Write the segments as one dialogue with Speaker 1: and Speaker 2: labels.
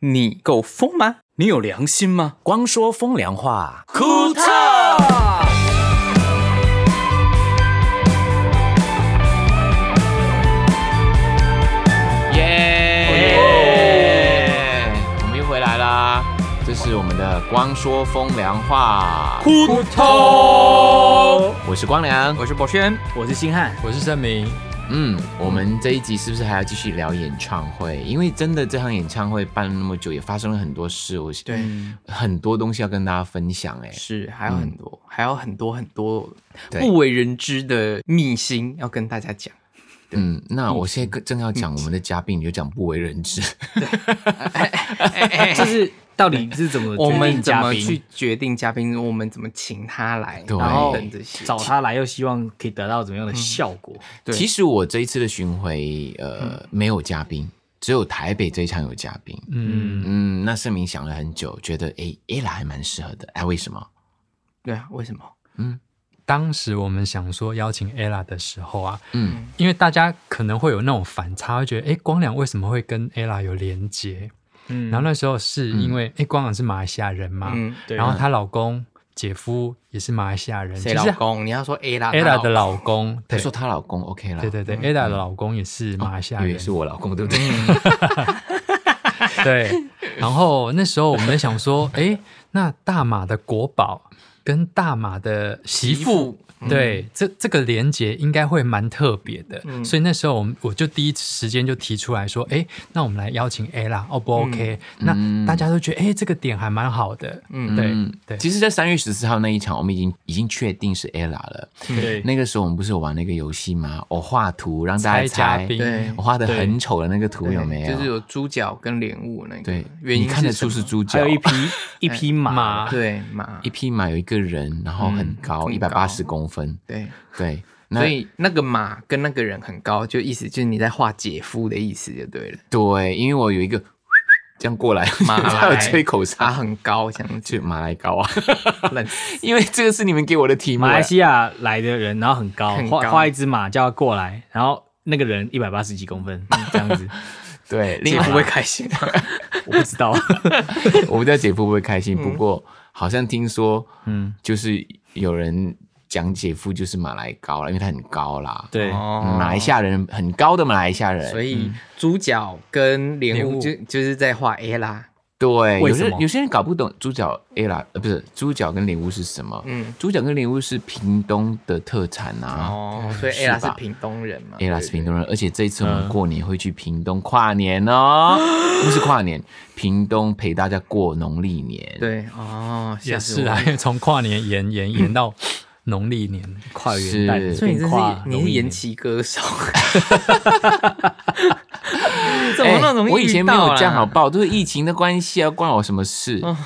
Speaker 1: 你够疯吗？你有良心吗？
Speaker 2: 光说风凉话，
Speaker 1: 库特。
Speaker 2: 耶！我们又回来啦，这是我们的光说风凉话，
Speaker 1: 库特，
Speaker 2: 我是光良。
Speaker 1: 我是博轩，
Speaker 3: 我是星汉，
Speaker 4: 我是盛明，
Speaker 2: 嗯，我们这一集是不是还要继续聊演唱会？因为真的这场演唱会办了那么久，也发生了很多事，我
Speaker 3: 对，
Speaker 2: 很多东西要跟大家分享哎、
Speaker 3: 是还有很多，还有很多很多
Speaker 2: 对
Speaker 3: 不为人知的秘辛要跟大家讲。
Speaker 2: 嗯，那我现在正要讲我们的嘉宾，你就讲不为人知。
Speaker 4: 就是到底是怎么
Speaker 3: 我们
Speaker 4: 决定
Speaker 3: 怎
Speaker 4: 嘉
Speaker 3: 么
Speaker 4: 宾
Speaker 3: 去决定嘉宾？我们怎么请他来？
Speaker 2: 对
Speaker 3: 然后等这些
Speaker 4: 找他来，又希望可以得到怎么样的效果？
Speaker 3: 对
Speaker 2: 其实我这一次的巡回，呃，没有嘉宾，只有台北这一场有嘉宾。
Speaker 4: 嗯，
Speaker 2: 嗯，那盛明想了很久，觉得诶 e l a 还蛮适合的。哎，为什么？
Speaker 3: 对啊，为什么？
Speaker 4: 当时我们想说邀请 Ella 的时候啊，
Speaker 2: 嗯，
Speaker 4: 因为大家可能会有那种反差，会觉得哎，诶光良为什么会跟 Ella 有连结？
Speaker 3: 嗯
Speaker 4: 然后那时候是因为哎，诶光良是马来西亚人嘛，
Speaker 3: 嗯，
Speaker 1: 对
Speaker 4: 然后她老公姐夫也是马来西亚人，
Speaker 3: 谁
Speaker 4: 其
Speaker 3: 老
Speaker 4: 实
Speaker 3: 公？啊你要说 A 啦
Speaker 4: Ella 的老公，
Speaker 2: 她
Speaker 4: 对
Speaker 2: 说她老公 OK 啦，
Speaker 4: 对对对，Ella 的老公也是马来西亚
Speaker 2: 以
Speaker 4: 人
Speaker 2: 为，是我老公，对不对？
Speaker 4: 对，然后那时候我们想 说，哎，那大马的国宝跟大马的媳
Speaker 3: 媳
Speaker 4: 妇
Speaker 3: 妇，
Speaker 4: 对，这这个连接应该会蛮特别的，
Speaker 3: 嗯
Speaker 4: 所以那时候我们我就第一时间就提出来说，哎，那我们来邀请 A 啦，O 不 OK？、
Speaker 2: 嗯
Speaker 4: 那大家都觉得，哎，这个点还蛮好的，
Speaker 3: 嗯
Speaker 4: 对、
Speaker 2: 嗯
Speaker 4: 对，
Speaker 2: 其实，在三月十四号那一场，我们已经已经确定是 Ella 了。
Speaker 1: 对
Speaker 2: 那个时候我们不是有玩那个游戏吗？我画图让大家
Speaker 4: 嘉
Speaker 2: 猜，
Speaker 4: 宾，
Speaker 3: 对
Speaker 2: 我画的很丑的那个图有没有？
Speaker 3: 就是有猪脚跟莲雾那个，
Speaker 2: 对，
Speaker 3: 原因
Speaker 2: 你看得出
Speaker 3: 什
Speaker 2: 是
Speaker 3: 么
Speaker 2: 猪脚，
Speaker 1: 还有一匹 一匹马，
Speaker 4: 马
Speaker 3: 对嘛
Speaker 2: 一？匹马有一个人，然后很高，
Speaker 3: 嗯
Speaker 2: 一
Speaker 3: 很
Speaker 2: 百
Speaker 3: 高
Speaker 2: 八十公分，
Speaker 3: 对，
Speaker 2: 对，那
Speaker 3: 所以那个马跟那个人很高，就意思就是你在画姐夫的意思就对了，
Speaker 2: 对，因为我有一个 这样过来，
Speaker 3: 马 来
Speaker 2: 他有吹口
Speaker 3: 他
Speaker 2: 哨，
Speaker 3: 很高这样
Speaker 2: 啊就
Speaker 3: 子，
Speaker 2: 马来高啊，
Speaker 3: 冷死。
Speaker 2: 因为这个是你们给我的题目啊，
Speaker 1: 马来西亚来的人，然后很高，
Speaker 3: 很高
Speaker 1: 画画一只马叫他过来，然后那个人一百八十几公分这样子，
Speaker 2: 对，另
Speaker 3: 姐
Speaker 2: 外
Speaker 3: 夫会开心吗？啊
Speaker 1: 我不知道，
Speaker 2: 我不知道姐夫会不会开
Speaker 3: 嗯
Speaker 2: 心，不过好像听说，嗯
Speaker 1: 嗯，
Speaker 2: 就是有人讲姐夫就是马来高了，因为他很高啦，
Speaker 1: 对，
Speaker 2: 嗯，马来西亚人很高的马来西亚人，
Speaker 3: 哦所以猪脚跟莲雾就
Speaker 4: 莲
Speaker 3: 就是在画 A
Speaker 2: 啊
Speaker 3: 啦，
Speaker 2: 对，
Speaker 1: 为
Speaker 2: 有
Speaker 1: 什
Speaker 2: 些
Speaker 1: 么
Speaker 2: 有些人搞不懂猪脚 A 啦，呃，不是猪脚跟莲雾是什么？
Speaker 3: 嗯，
Speaker 2: 猪脚跟莲雾是屏东的特产啊。
Speaker 3: 哦，所以 A
Speaker 2: 吧
Speaker 3: 啦是屏东人嘛
Speaker 2: A 啦是
Speaker 3: 对嗯
Speaker 2: 屏东人，而且这一次我们过年会去屏东跨年哦，不是跨年，屏东陪大家过农历年。，
Speaker 3: 对哦，
Speaker 4: 也
Speaker 3: 吓死
Speaker 4: 是
Speaker 3: 我
Speaker 4: 啊，因为 从跨年延延延到农历年，
Speaker 1: 跨元旦，
Speaker 2: 是
Speaker 3: 所以你这
Speaker 1: 变
Speaker 3: 是
Speaker 1: 跨
Speaker 3: 你
Speaker 1: 农
Speaker 3: 是
Speaker 1: 历
Speaker 3: 延
Speaker 1: 年
Speaker 3: 期歌 手，怎么那么容易、
Speaker 2: 哎
Speaker 3: 啊
Speaker 2: 我以前没有这样好，不好？都是疫情的关系啊，关我什么事？
Speaker 3: 嗯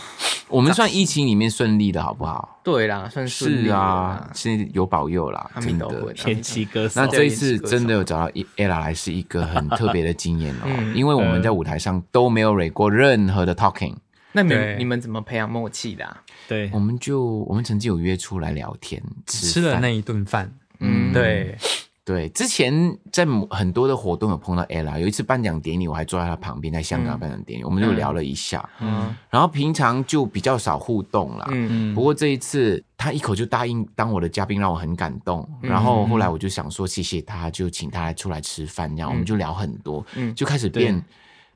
Speaker 2: 我们算疫情里面顺利的好不好？
Speaker 3: 对啦，算顺利
Speaker 2: 是
Speaker 3: 了
Speaker 2: 啊
Speaker 3: 啦，，
Speaker 2: 是有保佑啦，
Speaker 3: 阿弥
Speaker 2: 真
Speaker 3: 陀佛
Speaker 2: 的。，
Speaker 1: 前期歌手
Speaker 2: 那，这一次真的有找到 ella 来是一个很特别的经验哦，
Speaker 3: 嗯
Speaker 2: 因为我们在舞台上都没有 r 过任何的 talking，
Speaker 3: 那你
Speaker 4: 对
Speaker 3: 们你们怎么培养默契的、啊？
Speaker 1: 对
Speaker 2: 我，们就我们曾经有约出来聊天，
Speaker 4: 吃
Speaker 2: 饭
Speaker 4: 了那一顿饭，
Speaker 2: 嗯
Speaker 4: 对，
Speaker 2: 对，之前在某很多的活动有碰到 ella，有一次颁奖典礼我还坐在她旁边，在香港
Speaker 3: 嗯
Speaker 2: 颁奖典礼，我们就聊了一下，
Speaker 3: 嗯
Speaker 2: 然后平常就比较少互动啦。
Speaker 3: 嗯
Speaker 4: 嗯
Speaker 2: 不过这一次，她一口就答应当我的嘉宾，让我很感动。
Speaker 3: 嗯
Speaker 2: 然后后来我就想说，谢谢她，就请她来出来吃饭，这样、我们就聊很多，
Speaker 3: 嗯
Speaker 2: 就开始变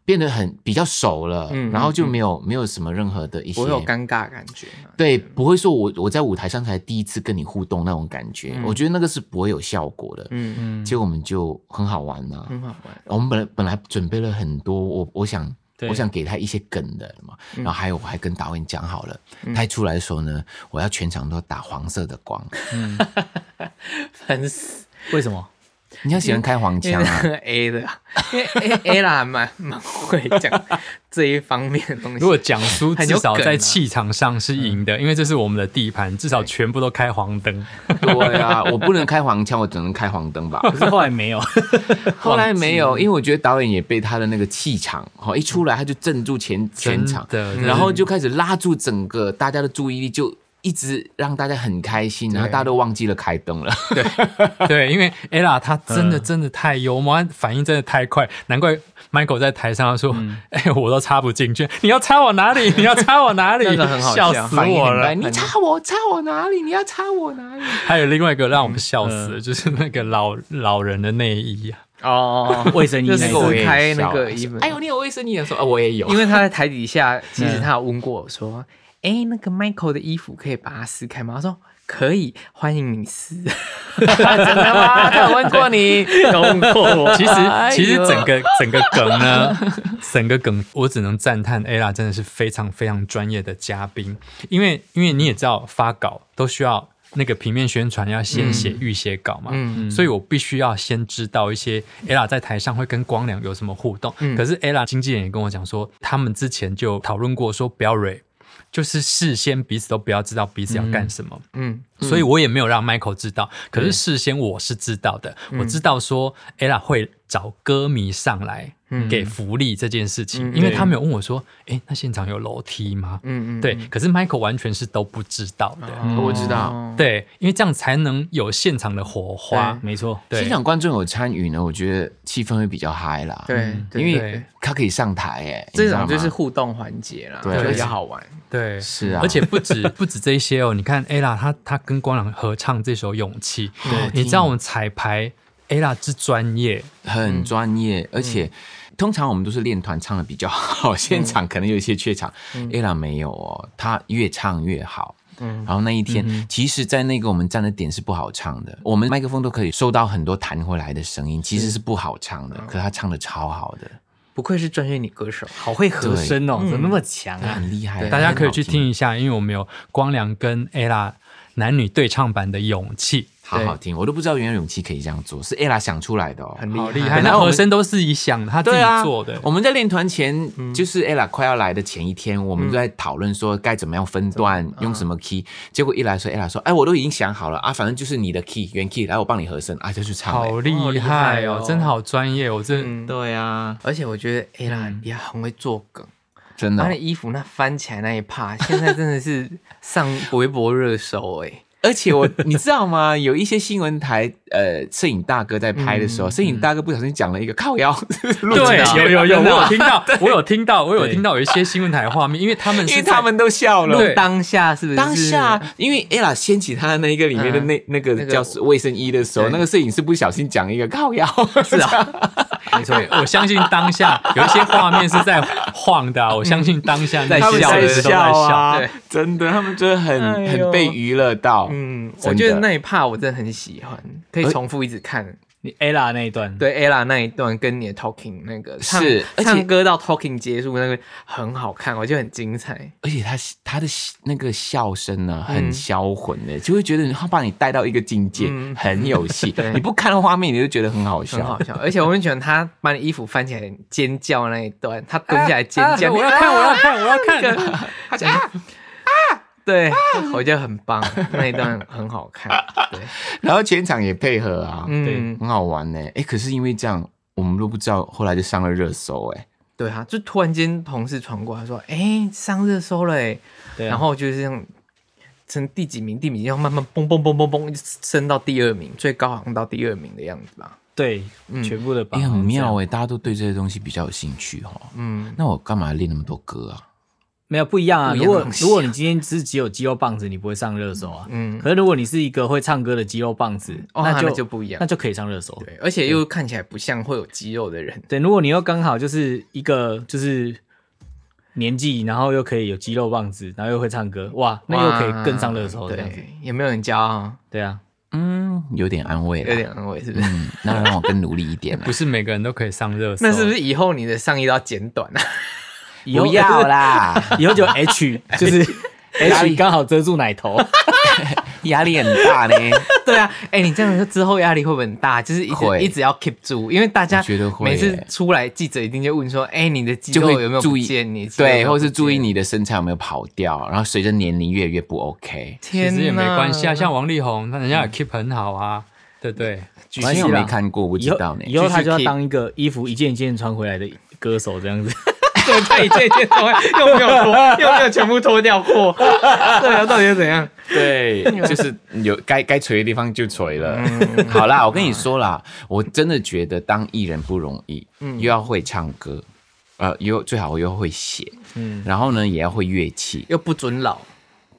Speaker 2: 变得很比较熟了，
Speaker 3: 嗯
Speaker 2: 然后就没有、没有什么任何的一些
Speaker 3: 不会有尴尬感觉嘛？
Speaker 2: 对，不会说我我在舞台上才第一次跟你互动那种感觉，我觉得那个是不会有效果的。
Speaker 3: 嗯嗯，
Speaker 2: 结果我们就很好玩呐、
Speaker 3: 很好玩。
Speaker 2: 我们本来本来准备了很多，我我想
Speaker 1: 对
Speaker 2: 我想给他一些梗的嘛，然后还有我还跟导演讲好了，他一出来的时候呢，我要全场都打黄色的光。
Speaker 3: 很死，
Speaker 1: 为什么？
Speaker 2: 你要喜欢开黄
Speaker 3: 因
Speaker 2: 腔
Speaker 3: 为
Speaker 2: 啊
Speaker 3: 那？个 A 的啊，因为 A A 啦还蛮蛮会讲这一方面的东西。
Speaker 4: 如果讲输，
Speaker 3: 很
Speaker 4: 至
Speaker 3: 有
Speaker 4: 少
Speaker 3: 梗
Speaker 4: 在
Speaker 3: 啊
Speaker 4: 气场上是赢的，因为这是我们的地盘，至少全部都开黄灯。
Speaker 2: 对啊，我不能开黄腔，我只能开黄灯吧。
Speaker 1: 可是后来没有，
Speaker 2: 后来没有，因为我觉得导演也被他的那个气场，哦，一出来他就镇住全全场，嗯
Speaker 4: 真的
Speaker 2: 然后就开始拉住整个大家的注意力，就一直让大家很开心，然后
Speaker 3: 对
Speaker 2: 大家都忘记了开灯了。
Speaker 4: 对，因为 Ella 她真的
Speaker 1: 嗯
Speaker 4: 真的太幽默，她反应真的太快，难怪 Michael 在台上说：“哎、我都插不进去，你要插我哪里？你要插我哪里？”
Speaker 3: 那个很好
Speaker 4: 笑
Speaker 3: 笑
Speaker 4: 死
Speaker 2: 反应
Speaker 4: 我
Speaker 2: 很快
Speaker 4: 了。
Speaker 2: 哎你插我，插我哪里？你要插我哪里？
Speaker 4: 还有另外一个让我们笑死的，就是那个老老人的内衣啊，
Speaker 3: 哦，
Speaker 1: 卫生衣
Speaker 3: 就
Speaker 1: 那
Speaker 3: 是
Speaker 1: 一
Speaker 3: 我
Speaker 1: 个，
Speaker 2: 也
Speaker 3: 开那
Speaker 2: 笑
Speaker 3: 个
Speaker 2: 说
Speaker 3: 衣服
Speaker 2: 哎呦，你有卫生衣的说，呃我也有
Speaker 3: 因。为他在台底下，其实他有问过我说：“哎、那个 Michael 的衣服可以把它撕开吗？”我说：“可以，欢迎你 撕。
Speaker 2: 真的吗？他有问过你？”
Speaker 3: 有问过 我，
Speaker 4: 其实
Speaker 2: 哎呦
Speaker 4: 其实整个整个梗呢，整个梗我只能赞叹 Ella 真的是非常非常专业的嘉宾，因为因为你也知道发稿都需要那个平面宣传要先写预写稿嘛，
Speaker 3: 嗯
Speaker 4: 所以我必须要先知道一些 Ella 在台上会跟光良有什么互动。可是 Ella 经纪人也跟我讲说，他们之前就讨论过说不要蕊。就是事先彼此都不要知道彼此要干什么，
Speaker 3: 嗯，
Speaker 4: 所以我也没有让 Michael 知道。可是事先我是知道的，我
Speaker 3: 嗯
Speaker 4: 知道说 Ella 会找歌迷上来给福利这件事情，
Speaker 3: 嗯
Speaker 4: 因为他们有问我说：“诶，那现场有楼梯吗？”
Speaker 3: 嗯嗯，
Speaker 4: 对，可是 Michael 完全是都不知道的，
Speaker 2: 我知道，
Speaker 3: 哦，
Speaker 4: 对，因为这样才能有现场的火花。
Speaker 1: 没错，
Speaker 4: 对
Speaker 2: 现场观众有参与呢，我觉得气氛会比较嗨啦。，
Speaker 3: 对，对
Speaker 2: 因为
Speaker 4: 对
Speaker 2: 他可以上台哎，
Speaker 3: 嗯
Speaker 2: 你
Speaker 3: 这
Speaker 2: 知
Speaker 3: 种
Speaker 2: 道吗
Speaker 3: 就是互动环节啦，
Speaker 2: 对
Speaker 3: 就比较好玩。
Speaker 4: 对，
Speaker 2: 是啊，
Speaker 4: 而且不止不止这一些哦，你看 Ella 她她跟光良合唱这首《勇气》，
Speaker 2: 对
Speaker 4: 你知道我们彩排 Ella 之专业，嗯
Speaker 2: 很专业，而且通常我们都是练团唱的比较好，现场可能有一些怯场。Ella
Speaker 4: 嗯
Speaker 2: 没有哦，她越唱越好。
Speaker 3: 嗯
Speaker 2: 然后那一天，其实，在那个我们站的点是不好唱的，我们麦克风都可以收到很多弹回来的声音，其实是不好唱
Speaker 4: 嗯
Speaker 2: 的，可她唱的超好的，
Speaker 3: 不愧是专业女歌手，
Speaker 1: 好会
Speaker 2: 对
Speaker 1: 和
Speaker 2: 嗯
Speaker 1: 声哦，怎么那么强啊？
Speaker 2: 很厉害。
Speaker 4: 大家可以去
Speaker 2: 很好
Speaker 4: 听一下，因为我们有光良跟 Ella 男女对唱版的《勇气
Speaker 2: 好好听，我都不知道原来勇气可以这样做，是 Ella 想出来的哦。
Speaker 3: 很》，
Speaker 4: 好
Speaker 3: 厉
Speaker 4: 厉害！
Speaker 2: 本
Speaker 4: 那
Speaker 2: 来我
Speaker 4: 和
Speaker 2: 们
Speaker 4: 声都是一响，他自己
Speaker 2: 对啊
Speaker 4: 做的。
Speaker 2: 我们在练团前，
Speaker 3: 嗯
Speaker 2: 就是 Ella 快要来的前一天，我们就在讨论说该怎么样分
Speaker 3: 嗯
Speaker 2: 段，用什么 key。结果一来说，Ella 说：“哎，我都已经想好了啊，反正就是你的 key 原 key，来我帮你和声啊，就去唱了。
Speaker 4: 好厉害哦
Speaker 3: 哦，
Speaker 4: 真的好专业！我真
Speaker 3: 嗯，
Speaker 1: 对啊，
Speaker 3: 而且我觉得 Ella 也很会做梗，”
Speaker 2: 真的
Speaker 3: 她
Speaker 2: 哦
Speaker 3: 的，衣服那翻起来那一趴，现在真的是上微博热搜哎。
Speaker 2: 而且我你知道吗？有一些新闻台呃，摄影大哥在拍的时
Speaker 3: 嗯
Speaker 2: 候，摄影大哥不小心讲了一个靠 腰，录进去
Speaker 4: 有有有，
Speaker 2: 真
Speaker 4: 我
Speaker 2: 的
Speaker 4: 有
Speaker 2: 啊
Speaker 4: 听到，我有听到，我有听到有一些新闻台的画面，因为他们
Speaker 2: 因
Speaker 4: 是
Speaker 2: 为他
Speaker 4: 在
Speaker 2: 们都笑了。
Speaker 4: 对
Speaker 3: 当下是不是？
Speaker 2: 当下，因为 Ella 掀起她的那一个里面的
Speaker 3: 嗯
Speaker 2: 那、那个
Speaker 3: 那个
Speaker 2: 叫卫生衣的时候，
Speaker 3: 对
Speaker 2: 那个摄影师不小心讲一个靠腰，
Speaker 3: 是啊，
Speaker 1: 没错，
Speaker 4: 我相信当下有一些画面是在晃的啊，我相信当下
Speaker 3: 在
Speaker 4: 那
Speaker 2: 他们
Speaker 4: 些
Speaker 3: 笑
Speaker 4: 小
Speaker 2: 在
Speaker 4: 的时候在
Speaker 2: 笑
Speaker 4: 笑。
Speaker 2: 啊
Speaker 3: 对，
Speaker 2: 真的，他们真的很、
Speaker 3: 哎呦
Speaker 2: 很被娱乐到。
Speaker 3: 嗯，
Speaker 2: 真的
Speaker 3: 我觉得那一趴我真的很喜欢，可以重复一直看。
Speaker 1: 你 ella 那一段，
Speaker 3: 对 Ella 那一段跟你的 talking 那个唱
Speaker 2: 是而且
Speaker 3: 唱歌到 talking 结束那个很好看，我觉得很精彩。
Speaker 2: 而且他他的那个笑声呢，
Speaker 3: 嗯
Speaker 2: 很销魂的，就会觉得他把你带到一个境界，
Speaker 3: 嗯
Speaker 2: 很有 戏
Speaker 3: 对。
Speaker 2: 你不看画面，你就觉得很好
Speaker 3: 很
Speaker 2: 笑
Speaker 3: 好。笑，而且我很喜欢他把你衣服翻起来尖叫那一段，他蹲下来尖叫，
Speaker 4: 啊我要看，我要看，我要 看！
Speaker 3: 他讲啊，对，我觉得很棒，那一段很好看，对，
Speaker 2: 然后全场也配合啊，
Speaker 3: 嗯，
Speaker 2: 很好玩呢。哎，可是因为这样，我们都不知道，后来就上了热搜哎。
Speaker 3: 对啊，就突然间同事传过来说，哎、上热搜了、欸，
Speaker 1: 对啊，
Speaker 3: 然后就是这样，从第几名、第几名，要慢慢嘣嘣嘣嘣嘣，一直升到第二名，最高好像到第二名的样子吧。
Speaker 1: 对
Speaker 3: 嗯
Speaker 1: 全部的榜
Speaker 2: 也很妙
Speaker 1: 哎，
Speaker 2: 哎，大家都对这些东西比较有兴趣哈。
Speaker 3: 嗯，
Speaker 2: 那我干嘛练那么多歌啊？
Speaker 1: 没有不一样啊。
Speaker 3: 不一样
Speaker 1: 如
Speaker 3: 的
Speaker 1: 果
Speaker 3: 东西啊
Speaker 1: 如果你今天只是只有肌肉棒子，你不会上热搜啊。
Speaker 3: 嗯
Speaker 1: 可是如果你是一个会唱歌的肌肉棒子，
Speaker 3: 哦
Speaker 1: 那
Speaker 3: 那就不一样
Speaker 1: 那就可以上热搜。
Speaker 3: 对，而且又看起来不像会有肌肉的人，
Speaker 1: 对，如果你又刚好就是一个就是年纪，然后又可以有肌肉棒子，然后又会唱歌，哇，那又可以更上热搜
Speaker 3: 哇
Speaker 1: 哦这样子。
Speaker 3: 对，也没有人骄傲，
Speaker 1: 对啊，
Speaker 2: 嗯，有点安慰了，
Speaker 3: 有点安慰，是不是？
Speaker 2: 嗯，那让我更努力一点啊 啦
Speaker 4: 不。是每个人都可以上热搜，
Speaker 3: 那是不是以后你的上衣都要剪短啊？
Speaker 1: 以后
Speaker 2: 不要啦，
Speaker 1: 以后就 H 就是 H 刚好遮住奶头，
Speaker 2: 压力很大呢。
Speaker 3: 对啊，哎、你这样之后压力会不会很大？就是一直
Speaker 2: 会
Speaker 3: 一直要 keep 住，因为大家
Speaker 2: 我觉得会
Speaker 3: 每次
Speaker 2: 耶
Speaker 3: 注出来记者一定就问说，哎、你的肌
Speaker 2: 就
Speaker 3: 肉
Speaker 2: 会
Speaker 3: 有没有
Speaker 2: 注
Speaker 3: 不
Speaker 2: 意
Speaker 3: 见？你的肌肉有没
Speaker 2: 对，
Speaker 3: 有
Speaker 2: 或
Speaker 3: 不
Speaker 2: 是注意
Speaker 3: 见。
Speaker 2: 你的身材有没有跑掉，然后随着年龄越来越不 OK。
Speaker 4: 其
Speaker 3: 天
Speaker 4: 实也没关系啊，
Speaker 3: 哪
Speaker 4: 像王力宏，那人
Speaker 2: 嗯
Speaker 4: 家也 keep 很好啊，对不对？
Speaker 2: 以
Speaker 1: 关系
Speaker 2: 前
Speaker 1: 啦
Speaker 2: 我没看过，不
Speaker 1: 以
Speaker 2: 知
Speaker 1: 后
Speaker 2: 道呢。
Speaker 1: 以后他就要
Speaker 3: 继续 keep
Speaker 1: 当一个衣服一件一件穿回来的歌手这样子。
Speaker 3: 对，他一件一件脱，又没有脱，又没有全部脱掉过。对啊，到底是怎样？
Speaker 2: 对，就是有该该锤的地方就锤了。好啦，我跟你说啦，我真的觉得当艺人不容易，又要会唱歌，呃，又最好又会写，嗯，然后呢也要会乐器，
Speaker 3: 又不准老，
Speaker 2: 哎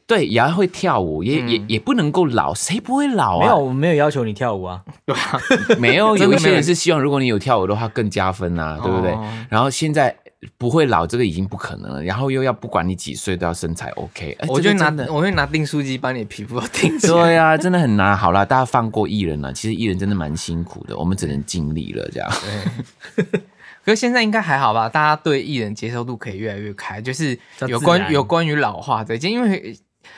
Speaker 2: 对，也要会跳舞，也、也也不能够老，谁不会老
Speaker 1: 没有，
Speaker 2: 啊？
Speaker 1: 我们没有要求你跳舞啊。
Speaker 2: 没有，
Speaker 3: 真
Speaker 2: 有
Speaker 3: 的
Speaker 2: 一些
Speaker 3: 没有
Speaker 2: 人是希望如果你有跳舞的话更加分啊，对不对？
Speaker 3: 哦
Speaker 2: 然后现在。不会老，这个已经不可能了。然后又要不管你几岁都要身材 OK，哎
Speaker 3: 我
Speaker 2: 这
Speaker 3: 就
Speaker 2: 个
Speaker 3: 拿
Speaker 2: 真的
Speaker 3: 我就拿订书机把你的皮肤都订住。
Speaker 2: 对啊，真的很难。好啦，大家放过艺人了。啊其实艺人真的蛮辛苦的，我们只能尽力了。这样，
Speaker 3: 可是现在应该还好吧？大家对艺人接受度可以越来越开，就是
Speaker 1: 较
Speaker 3: 有
Speaker 1: 自
Speaker 3: 关
Speaker 1: 然
Speaker 3: 有关于老化这一件，因为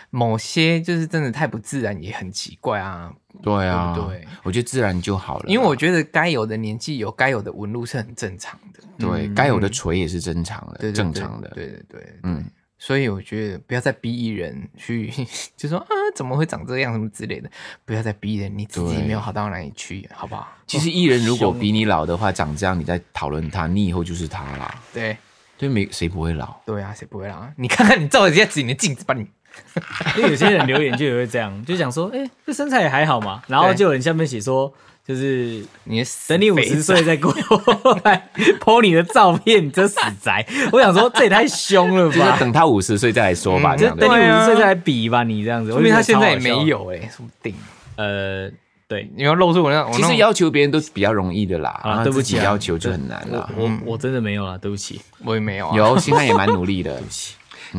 Speaker 3: 某些就是真的太不自然，也很奇怪啊。
Speaker 2: 对啊，
Speaker 3: 对不对
Speaker 2: 我觉得自然就好了。
Speaker 3: 因为我觉得该有的年纪有该有的纹路是很正常的，
Speaker 2: 对该有的锤也是正常的，
Speaker 3: 嗯对对对
Speaker 2: 正常的。
Speaker 3: 对对对，
Speaker 2: 嗯，
Speaker 3: 所以我觉得不要再逼艺人去 就说啊怎么会长这样什么之类的，不要再逼人，你自己
Speaker 2: 对
Speaker 3: 没有好到哪里去，好不好？
Speaker 2: 其实艺人如果比你老的话，长这样，你在讨论他，你以后就是他啦。
Speaker 3: 对
Speaker 2: 对，没谁不会老。
Speaker 3: 对啊，谁不会啦？你看看你照一下自己的镜子，把你
Speaker 1: 因为有些人留言就也会这样，就讲说，哎、这身材也还好嘛。然后
Speaker 3: 对
Speaker 1: 就有人下面写说，就是
Speaker 3: 你的死
Speaker 1: 等你五
Speaker 3: 肥
Speaker 1: 十岁再过来剖你的照片，你这死宅！我想说，这也太凶了
Speaker 2: 就是
Speaker 1: 吧！
Speaker 2: 等他五十岁再来说吧，
Speaker 3: 啊嗯
Speaker 2: 这
Speaker 1: 就
Speaker 2: 样
Speaker 1: 等你
Speaker 2: 的。
Speaker 1: 五十岁再来比吧，你这样子。
Speaker 3: 说明他现在也
Speaker 1: 我就觉得超好
Speaker 3: 没
Speaker 1: 笑，
Speaker 3: 有哎、说不定
Speaker 1: 呃，对
Speaker 3: 你要露出我
Speaker 4: 哦
Speaker 3: 那我
Speaker 2: 其
Speaker 3: 那
Speaker 2: 实
Speaker 3: 种
Speaker 2: 要求别人都比较容易的啦，
Speaker 1: 啊
Speaker 2: 然后
Speaker 1: 对不
Speaker 2: 自己
Speaker 1: 起啊
Speaker 2: 要求就很难啦。
Speaker 1: 我我真的没有了，对不起。
Speaker 3: 我也没有啊，
Speaker 2: 有，现在也蛮努 力的。嗯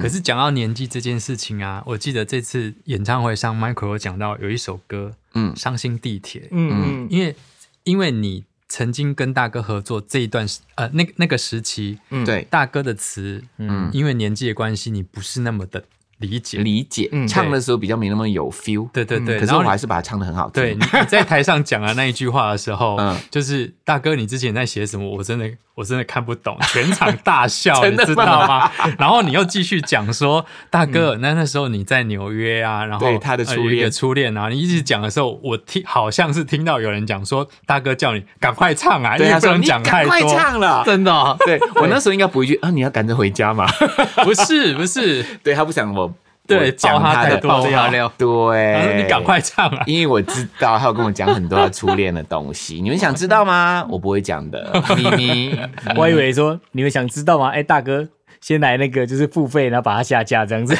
Speaker 4: 可是讲到年纪这件事情啊，我记得这次演唱会上，Michael 有讲到有一首歌，嗯，
Speaker 2: 嗯
Speaker 4: 《伤心地铁》，
Speaker 3: 嗯嗯
Speaker 4: 因为因为你曾经跟大哥合作这一段时，呃，那个那个时期，
Speaker 3: 嗯
Speaker 2: 对，
Speaker 4: 大哥的词，嗯，因为年纪的关系，你不是那么的理解，
Speaker 2: 理解
Speaker 3: 嗯
Speaker 2: 唱的时候比较没那么有 feel。
Speaker 4: 对对
Speaker 2: 可
Speaker 4: 对，
Speaker 2: 是
Speaker 4: 然后
Speaker 2: 我
Speaker 4: 你
Speaker 2: 还是把它唱的很好听。
Speaker 4: 对你你在台上讲了那一句话的时候，
Speaker 2: 嗯
Speaker 4: 就是大哥，你之前在写什么？我真的我真的看不懂，全场大 笑，
Speaker 2: 真
Speaker 4: 你
Speaker 2: 的
Speaker 4: 知道吗？然后你又继续讲说，大哥，那那时候你在纽约啊，然后
Speaker 2: 对他的初
Speaker 4: 呃有一
Speaker 2: 恋
Speaker 4: 个初恋啊，你一直讲的时候，我听好像是听到有人讲说，大哥叫你赶快唱啊，因
Speaker 2: 对，
Speaker 4: 为
Speaker 2: 他
Speaker 4: 不
Speaker 2: 说
Speaker 4: 能
Speaker 2: 你
Speaker 4: 讲
Speaker 2: 赶
Speaker 4: 太
Speaker 2: 快
Speaker 4: 多，
Speaker 2: 唱了。
Speaker 3: 真的哦、
Speaker 2: 对我那时候应该补一句啊，你要赶着回家嘛。
Speaker 4: 不是不是，
Speaker 2: 对他不想我，
Speaker 4: 对
Speaker 2: 我讲
Speaker 4: 爆他
Speaker 2: 他
Speaker 4: 太
Speaker 2: 的
Speaker 4: 多
Speaker 2: 爆
Speaker 3: 爆
Speaker 2: 料
Speaker 3: 他料
Speaker 4: 然后
Speaker 2: 对，
Speaker 4: 你赶快唱啊，
Speaker 2: 因为我知道他有跟我讲很多他初恋的东西，你们想知道吗？我不会讲 的。
Speaker 3: 咪 咪，
Speaker 1: 我还以为说你们想知道吗？哎、大哥，先来那个就是付费，然后把它下架这样 子。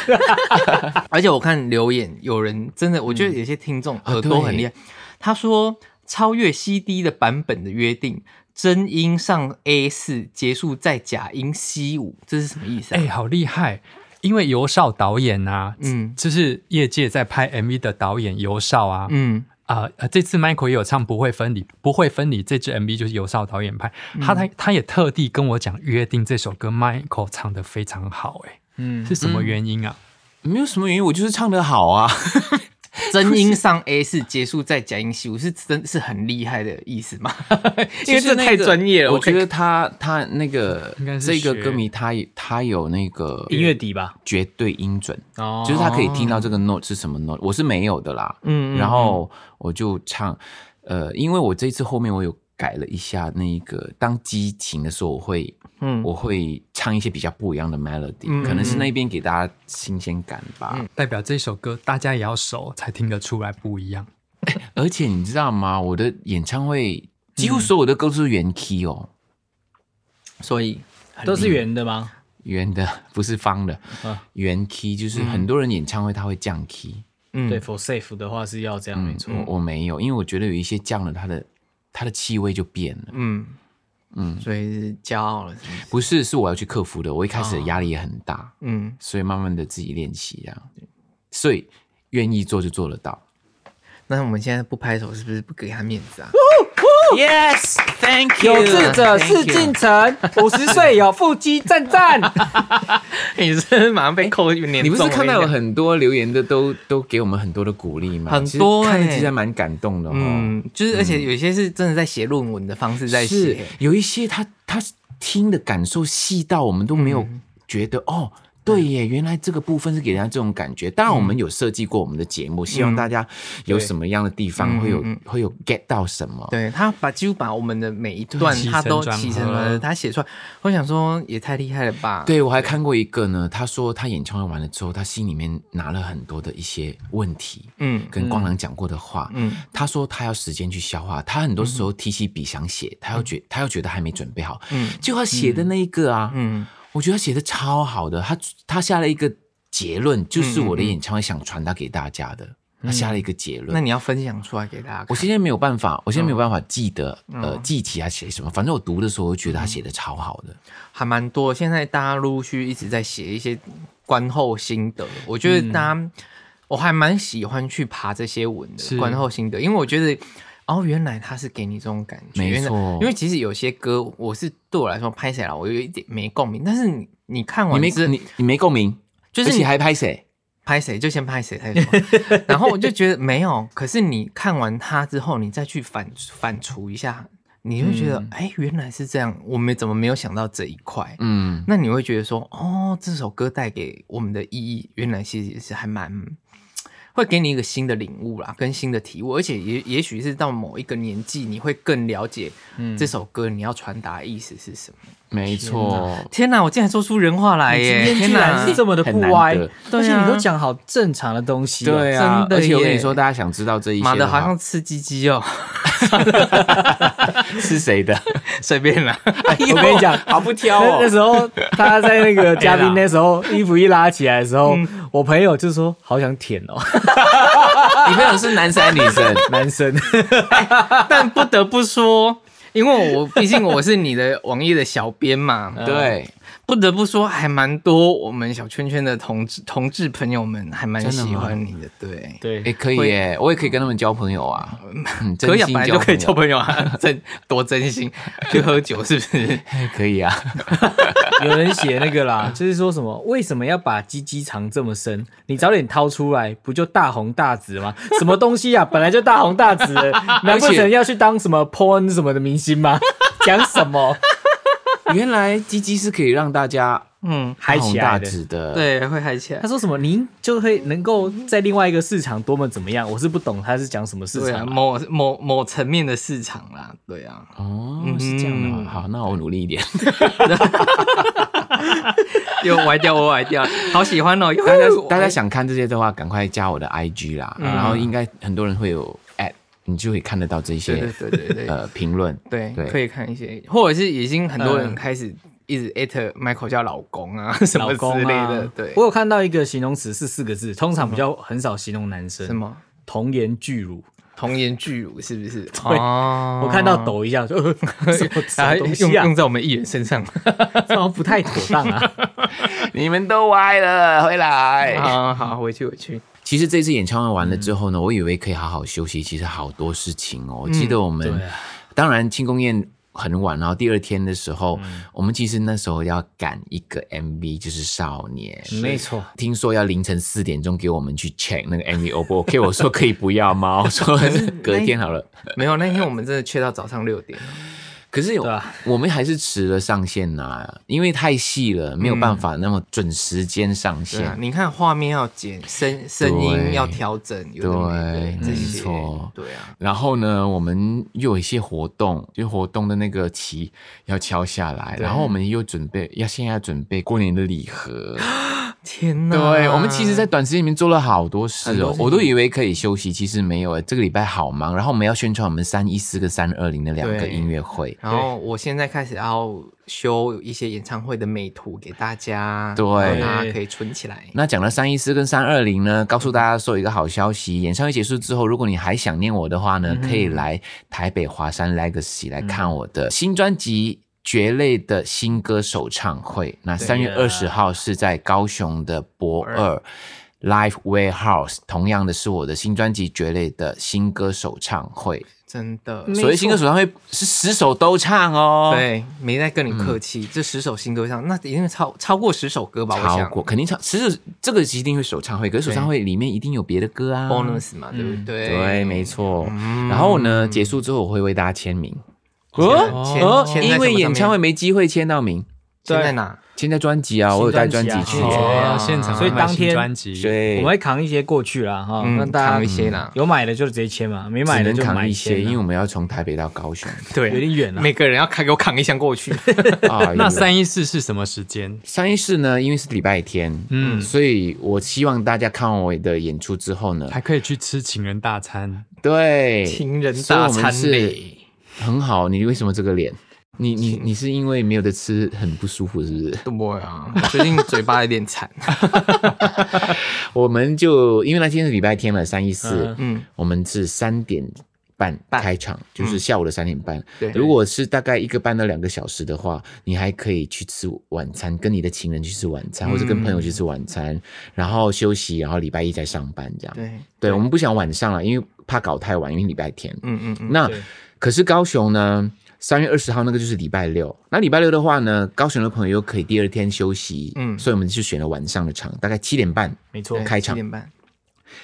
Speaker 3: 而且我看留言，有人真的，我
Speaker 2: 嗯
Speaker 3: 觉得有些听
Speaker 2: 啊
Speaker 3: 众耳朵很厉害。他说，超越 CD 的版本的约定，真音上 A 四，结束在假音 C 五，这是什么意思、啊？
Speaker 4: 哎、好厉害！因为尤少导演啊，
Speaker 3: 嗯
Speaker 4: 嗯，就是业界在拍 MV 的导演尤少啊，
Speaker 3: 嗯，
Speaker 4: 啊、呃这次 Michael 也有唱《不会分离》，《不会分离》这支 MV 就是尤少导演拍，
Speaker 1: 嗯
Speaker 4: 他他他也特地跟我讲，《约定》这首歌 Michael 唱的非常好、哎，
Speaker 1: 嗯，
Speaker 4: 是什么原因啊？
Speaker 2: 没有什么原因，我就是唱的好啊。
Speaker 3: 真音上 A 四，结束在假音 C 五，是真是很厉害的意思 吗？因为这太专业了，
Speaker 2: 我
Speaker 3: 我
Speaker 2: 觉
Speaker 3: 觉得
Speaker 2: 得他他那个
Speaker 4: 应该是
Speaker 2: 这个
Speaker 4: 学
Speaker 2: 歌迷，他他有那个
Speaker 1: 音乐底吧。
Speaker 2: 绝对音准，
Speaker 1: 哦
Speaker 2: 就是他可以听到这个 note 是什么 note，我是没有的啦。
Speaker 3: 嗯嗯
Speaker 2: 然后我就唱，呃，因为我这一次后面我有改了一下那个，当激情的时候，我会，
Speaker 3: 嗯
Speaker 2: 我会唱一些比较不一样的 melody，、
Speaker 3: 嗯
Speaker 2: 可能是那边给大家新鲜感吧。
Speaker 4: 代表这首歌大家也要熟才听得出来不一样。
Speaker 2: 而且你知道吗？我的演唱会几
Speaker 3: 嗯
Speaker 2: 乎所有的歌都是原 key 哦，
Speaker 3: 所以
Speaker 1: 都是圆的吗？
Speaker 2: 圆的不是 方的
Speaker 1: 啊，
Speaker 2: 原 key 就是很多人演唱会他会降 key。
Speaker 3: 嗯
Speaker 1: 对，for safe 的话是要这样，没
Speaker 2: 嗯，
Speaker 1: 错。
Speaker 2: 我我没有，因为我觉得有一些降了，它的它的气味就变了。
Speaker 3: 嗯嗯，所以是骄傲了，是不是
Speaker 2: 不是，是我要去克服的。我一开始的压力也很大，
Speaker 3: 嗯。
Speaker 2: 所以慢慢的自己练习啊，所以愿意做就做得到。
Speaker 3: 那我们现在不拍手，是不是不给他面子
Speaker 2: 哦
Speaker 3: 啊？
Speaker 2: Yes，Thank
Speaker 1: 有志者事竟 成，五十岁有腹肌，赞 赞。
Speaker 3: 你是不是马上被扣一年
Speaker 2: 你不是看到有
Speaker 3: 很
Speaker 2: 很多留言的都都给我们很多的鼓励吗？
Speaker 3: 很多
Speaker 2: 其实看
Speaker 3: 欸
Speaker 2: 得其实还蛮感动的哦。
Speaker 3: 嗯，就是而且有些是真的在写论文的方式在
Speaker 2: 是
Speaker 3: 写，嗯
Speaker 2: 有一些他他听的感受细到我们都没有觉得、哦，对耶，原来这个部分是给人家这种感觉。当然，我
Speaker 3: 嗯
Speaker 2: 们有设计过我们的节目，希望大家有什么样的地方会有
Speaker 3: 嗯嗯
Speaker 2: 会有 get 到什么。
Speaker 3: 对他把几乎把我们的每一段
Speaker 4: 起承
Speaker 3: 他都
Speaker 4: 转合
Speaker 3: 起承了，他写出来，我想说也太厉害了吧？，
Speaker 2: 对，我还看过一个呢，他说他演唱会完了之后，他心里面拿了很多的一些问题，
Speaker 3: 嗯
Speaker 2: 跟光良讲过的话，
Speaker 3: 嗯
Speaker 2: 他说他要时间去消化，他很多时候提起笔想写，他又觉他又觉得还没准备好，
Speaker 3: 嗯
Speaker 2: 就他写的那一个啊，
Speaker 3: 嗯
Speaker 2: 我觉得他写的超好的，他他下了一个结论，就是
Speaker 3: 嗯
Speaker 2: 我的演唱会想传达给大家的，他下了一个结论。
Speaker 3: 那你要嗯分享出来给大家
Speaker 2: 我
Speaker 3: 看。
Speaker 2: 现在没有办法，我现在没有办法记得，呃，
Speaker 3: 嗯
Speaker 2: 记起他写什么。反正我读的时候，我觉得他写的超好的。
Speaker 3: 还蛮多。现在大家陆续一直在写一些观后心得，我觉得大家、
Speaker 2: 嗯
Speaker 3: 我还蛮喜欢去爬这些文的
Speaker 4: 是
Speaker 3: 观后心得，因为我觉得。哦，原来他是给你这种感觉，
Speaker 2: 没
Speaker 3: 原来
Speaker 2: 错
Speaker 3: 因为其实有些歌，我是对我来说拍起来我有一点没共鸣，但是你你看
Speaker 2: 哦你
Speaker 3: 完
Speaker 2: 没
Speaker 3: 之
Speaker 2: 你你没共鸣，
Speaker 3: 就
Speaker 2: 而
Speaker 3: 是
Speaker 2: 且
Speaker 3: 你
Speaker 2: 还拍谁？
Speaker 3: 拍谁就先拍谁再说，然后我就觉得没有，可是你看完它之后，你再去反反刍一下，你会觉
Speaker 1: 嗯
Speaker 3: 得哎、原来是这样，我们怎么没有想到这一块？
Speaker 2: 嗯，
Speaker 3: 那你会觉得说，哦，这首歌带给我们的意义，原来其实是还蛮会给你一个新的领悟啦，跟新的体悟，而且也也许是到某一个年纪，你会更了解
Speaker 1: 嗯
Speaker 3: 这首歌你要传达的意思是什么。
Speaker 2: 没错。
Speaker 3: 天哪，我竟然说出人话来耶！
Speaker 1: 今天
Speaker 3: 天
Speaker 1: 居
Speaker 3: 哪
Speaker 1: 然是，这么的不歪
Speaker 2: 很难得，
Speaker 1: 而
Speaker 3: 对
Speaker 1: 且
Speaker 3: 啊
Speaker 1: 你都讲好正常的东西哦，
Speaker 2: 对啊，
Speaker 3: 真的
Speaker 2: 而且我跟
Speaker 3: 耶
Speaker 2: 你说，大家想知道这一些
Speaker 3: 妈的，好
Speaker 2: 话
Speaker 3: 像吃鸡鸡 哦，
Speaker 2: 是谁 的？
Speaker 3: 随便啦。
Speaker 1: 我跟你讲，
Speaker 2: 好不挑
Speaker 1: 那那
Speaker 2: 哦。
Speaker 1: 时候他在那个嘉宾那时候衣服一拉起来的时候，我朋友就说好想舔哦，
Speaker 2: 你朋友是男生还是女生？
Speaker 1: 男生
Speaker 3: 但不得不说，因为我毕竟我是你的网页的小编嘛，
Speaker 2: 对，
Speaker 3: 不得不说，还蛮多我们小圈圈的同志同志朋友们还蛮喜欢你的，对，
Speaker 1: 对
Speaker 2: 哎，可以耶，我也可以跟他们交朋友啊。嗯，
Speaker 3: 可
Speaker 2: 真
Speaker 3: 以啊，
Speaker 2: 心
Speaker 3: 本来就可以交
Speaker 2: 交
Speaker 3: 朋友啊， 真多真心去喝酒是不是？
Speaker 2: 友，可以啊。
Speaker 1: 有人写那个啦，就是说什么为什么要把鸡鸡藏这么深？你早点掏出来，不就大红大紫吗？什么东西啊，本来就大红大紫了，难不成要去当什么 porn 什么的明星吗？讲什么
Speaker 2: 原来鸡鸡是可以让大家
Speaker 3: 嗯，
Speaker 1: 嗨
Speaker 2: 大红
Speaker 1: 起
Speaker 2: 大
Speaker 1: 来的？
Speaker 2: 紫 的，，
Speaker 3: 对，会嗨起来
Speaker 1: 他。说什么您就会能够在另外一个市场多么怎么样？我是不懂他是讲什么市
Speaker 3: 对啊，
Speaker 1: 场啊、
Speaker 3: 某某某层面的市场啦，对啊，
Speaker 2: 哦，是这样的吗，好，那我努力一点。
Speaker 3: 又歪掉，我歪掉，好喜欢哦！
Speaker 2: 大家大家想看这些的话，赶快加我的 IG 啦，然后应该很多人会有 at，你就可以看得到这
Speaker 3: 对对
Speaker 2: 些
Speaker 3: 对对对，
Speaker 2: 呃评论。
Speaker 3: 对，
Speaker 2: 对
Speaker 3: 可以看一些，或者是已经很多人
Speaker 1: 嗯
Speaker 3: 开始一直艾特 Michael 叫老公啊什么
Speaker 1: 老
Speaker 3: 之
Speaker 1: 公
Speaker 3: 类
Speaker 1: 啊
Speaker 3: 的，对
Speaker 1: 我，有看到一个形容词是四个字，通常比较很少形容男生。
Speaker 3: 什？么
Speaker 1: 童颜巨乳。
Speaker 3: 童颜巨乳是不是？哦
Speaker 1: 我看到抖一下， 就呃什么什
Speaker 3: 啊
Speaker 1: 么东
Speaker 3: 用
Speaker 1: 西啊
Speaker 3: 用，在我们艺人身上
Speaker 1: 这好像不太妥当啊。
Speaker 2: 你们都歪了，回来。
Speaker 3: 啊，好，回去回去，
Speaker 2: 其实这次演唱会完了之后呢，我以为可以好好休息，其实好多事情哦。我记得我们
Speaker 1: 对啊，
Speaker 2: 当然庆功宴。很晚，然后第二天的时候，我们其实那时候要赶一个 MV，就是《少年》。
Speaker 1: 没错，
Speaker 2: 听说要凌晨四点钟给我们去 check 那个 MV O 不 OK？我说可以不要吗？我说隔天好了。
Speaker 3: 没有那天我们真的缺到早上六点，
Speaker 2: 可是有、
Speaker 1: 对啊
Speaker 2: 我们还是迟了上线呐、因为太细了，没有办法那么准时间上
Speaker 3: 对
Speaker 2: 线。
Speaker 3: 啊，你看画面要剪，声声音要调整，有的没的
Speaker 2: 对
Speaker 3: 这
Speaker 2: 没
Speaker 3: 些
Speaker 2: 错，
Speaker 3: 对啊，
Speaker 2: 然后呢，我们又有一些活动，就活动的那个旗要敲下来，然后我们又准备要现在要准备过年的礼 盒。
Speaker 3: 天哪！
Speaker 2: 对，我们其实，在短时间里面做了好多事
Speaker 3: 很多
Speaker 2: 哦
Speaker 3: 事，情
Speaker 2: 我都以为可以休息，其实没有诶。这个礼拜好忙，然后我们要宣传我们三一四跟三二零的两个
Speaker 3: 对
Speaker 2: 音乐会。
Speaker 3: 然后我现在开始要修一些演唱会的美图给大家，
Speaker 2: 对
Speaker 3: 然后大家可以存起来。
Speaker 2: 那讲了三一四跟三二零呢，告诉大家说一个好消息，演唱会结束之后，如果你还想念我的话呢，可以来台北华山 Legacy 来看我的新专辑。蕨类的新歌首唱会，那三月二十号是在高雄的博二 Live Warehouse，同样的是我的新专辑《蕨类》的新歌首唱会。
Speaker 3: 真的，
Speaker 1: 没
Speaker 2: 所谓新歌首唱会是十首都唱哦，，
Speaker 3: 对，没在跟你客气。这十首新歌上，那一定超超过十首歌吧？我
Speaker 2: 超
Speaker 3: 想
Speaker 2: 过肯定唱，其实这个一定会首唱会，可是首唱会里面一定有别的歌啊
Speaker 3: bonus 嘛，对不对？嗯
Speaker 2: 对，没错。然后呢，结束之后我会为大家签名。
Speaker 3: 哦
Speaker 2: 哦
Speaker 3: 签，签在
Speaker 2: 因
Speaker 3: 什么
Speaker 2: 为
Speaker 3: 上
Speaker 2: 演唱会
Speaker 3: 面
Speaker 2: 没机会签到名，
Speaker 3: 签在哪？
Speaker 2: 现在专辑啊，我有带专辑去
Speaker 1: 新，专辑啊
Speaker 4: 哦，现场
Speaker 1: 所以
Speaker 4: 卖
Speaker 1: 当
Speaker 4: 新
Speaker 1: 天
Speaker 4: 专辑
Speaker 2: 对，
Speaker 1: 我们会扛一些过去啦，哈，
Speaker 3: 嗯
Speaker 1: 那大
Speaker 3: 扛
Speaker 1: 家
Speaker 3: 一些啦
Speaker 1: 有买的就直接签嘛，没
Speaker 2: 只
Speaker 1: 买的
Speaker 2: 能
Speaker 1: 就
Speaker 2: 扛
Speaker 1: 买
Speaker 2: 一些，
Speaker 1: 签啊
Speaker 2: 因为我们要从台北到高雄。
Speaker 1: 有
Speaker 3: 对，
Speaker 1: 点远了。
Speaker 3: 每个人要扛给我扛一箱过去。
Speaker 2: 啊，
Speaker 4: 那
Speaker 2: 有
Speaker 4: 三一四是什么时间？
Speaker 2: 三一四呢，因为是礼拜天，
Speaker 4: 嗯
Speaker 2: 嗯，所以我希望大家看完我的演出之后呢，
Speaker 4: 还可以去吃情人大餐，
Speaker 2: 对，
Speaker 3: 情人
Speaker 2: 所以
Speaker 3: 大
Speaker 2: 我们
Speaker 3: 餐
Speaker 2: 是
Speaker 3: 嘞，
Speaker 2: 很好。你为什么这个脸？你你你是因为没有得吃很不舒服是不是？
Speaker 3: 对啊， 我最近嘴巴有点馋。
Speaker 2: 我们就因为那天是礼拜天嘛，三一四，
Speaker 3: 嗯，
Speaker 2: 我们是三点半
Speaker 3: 半嗯
Speaker 2: 开场，就是下午的三点半。
Speaker 3: 对
Speaker 2: 如果是大概一个半到两个小时的话，你还可以去吃晚餐，跟你的情人去吃晚
Speaker 3: 嗯
Speaker 2: 餐，或者跟朋友去吃晚餐，然后休息，然后礼拜一再上班这样。
Speaker 3: 对，
Speaker 2: 对，我们不想晚上了，因为怕搞太晚，因为礼拜天。
Speaker 3: 嗯嗯嗯，
Speaker 2: 那
Speaker 1: 对
Speaker 2: 可是高雄呢，三月二十号那个就是礼拜六。那礼拜六的话呢，高雄的朋友又可以第二天休息，
Speaker 3: 嗯
Speaker 2: 嗯，所以我们就选了晚上的场，大概七点半。
Speaker 1: 没错
Speaker 3: 对，
Speaker 2: 开场
Speaker 3: 七点半。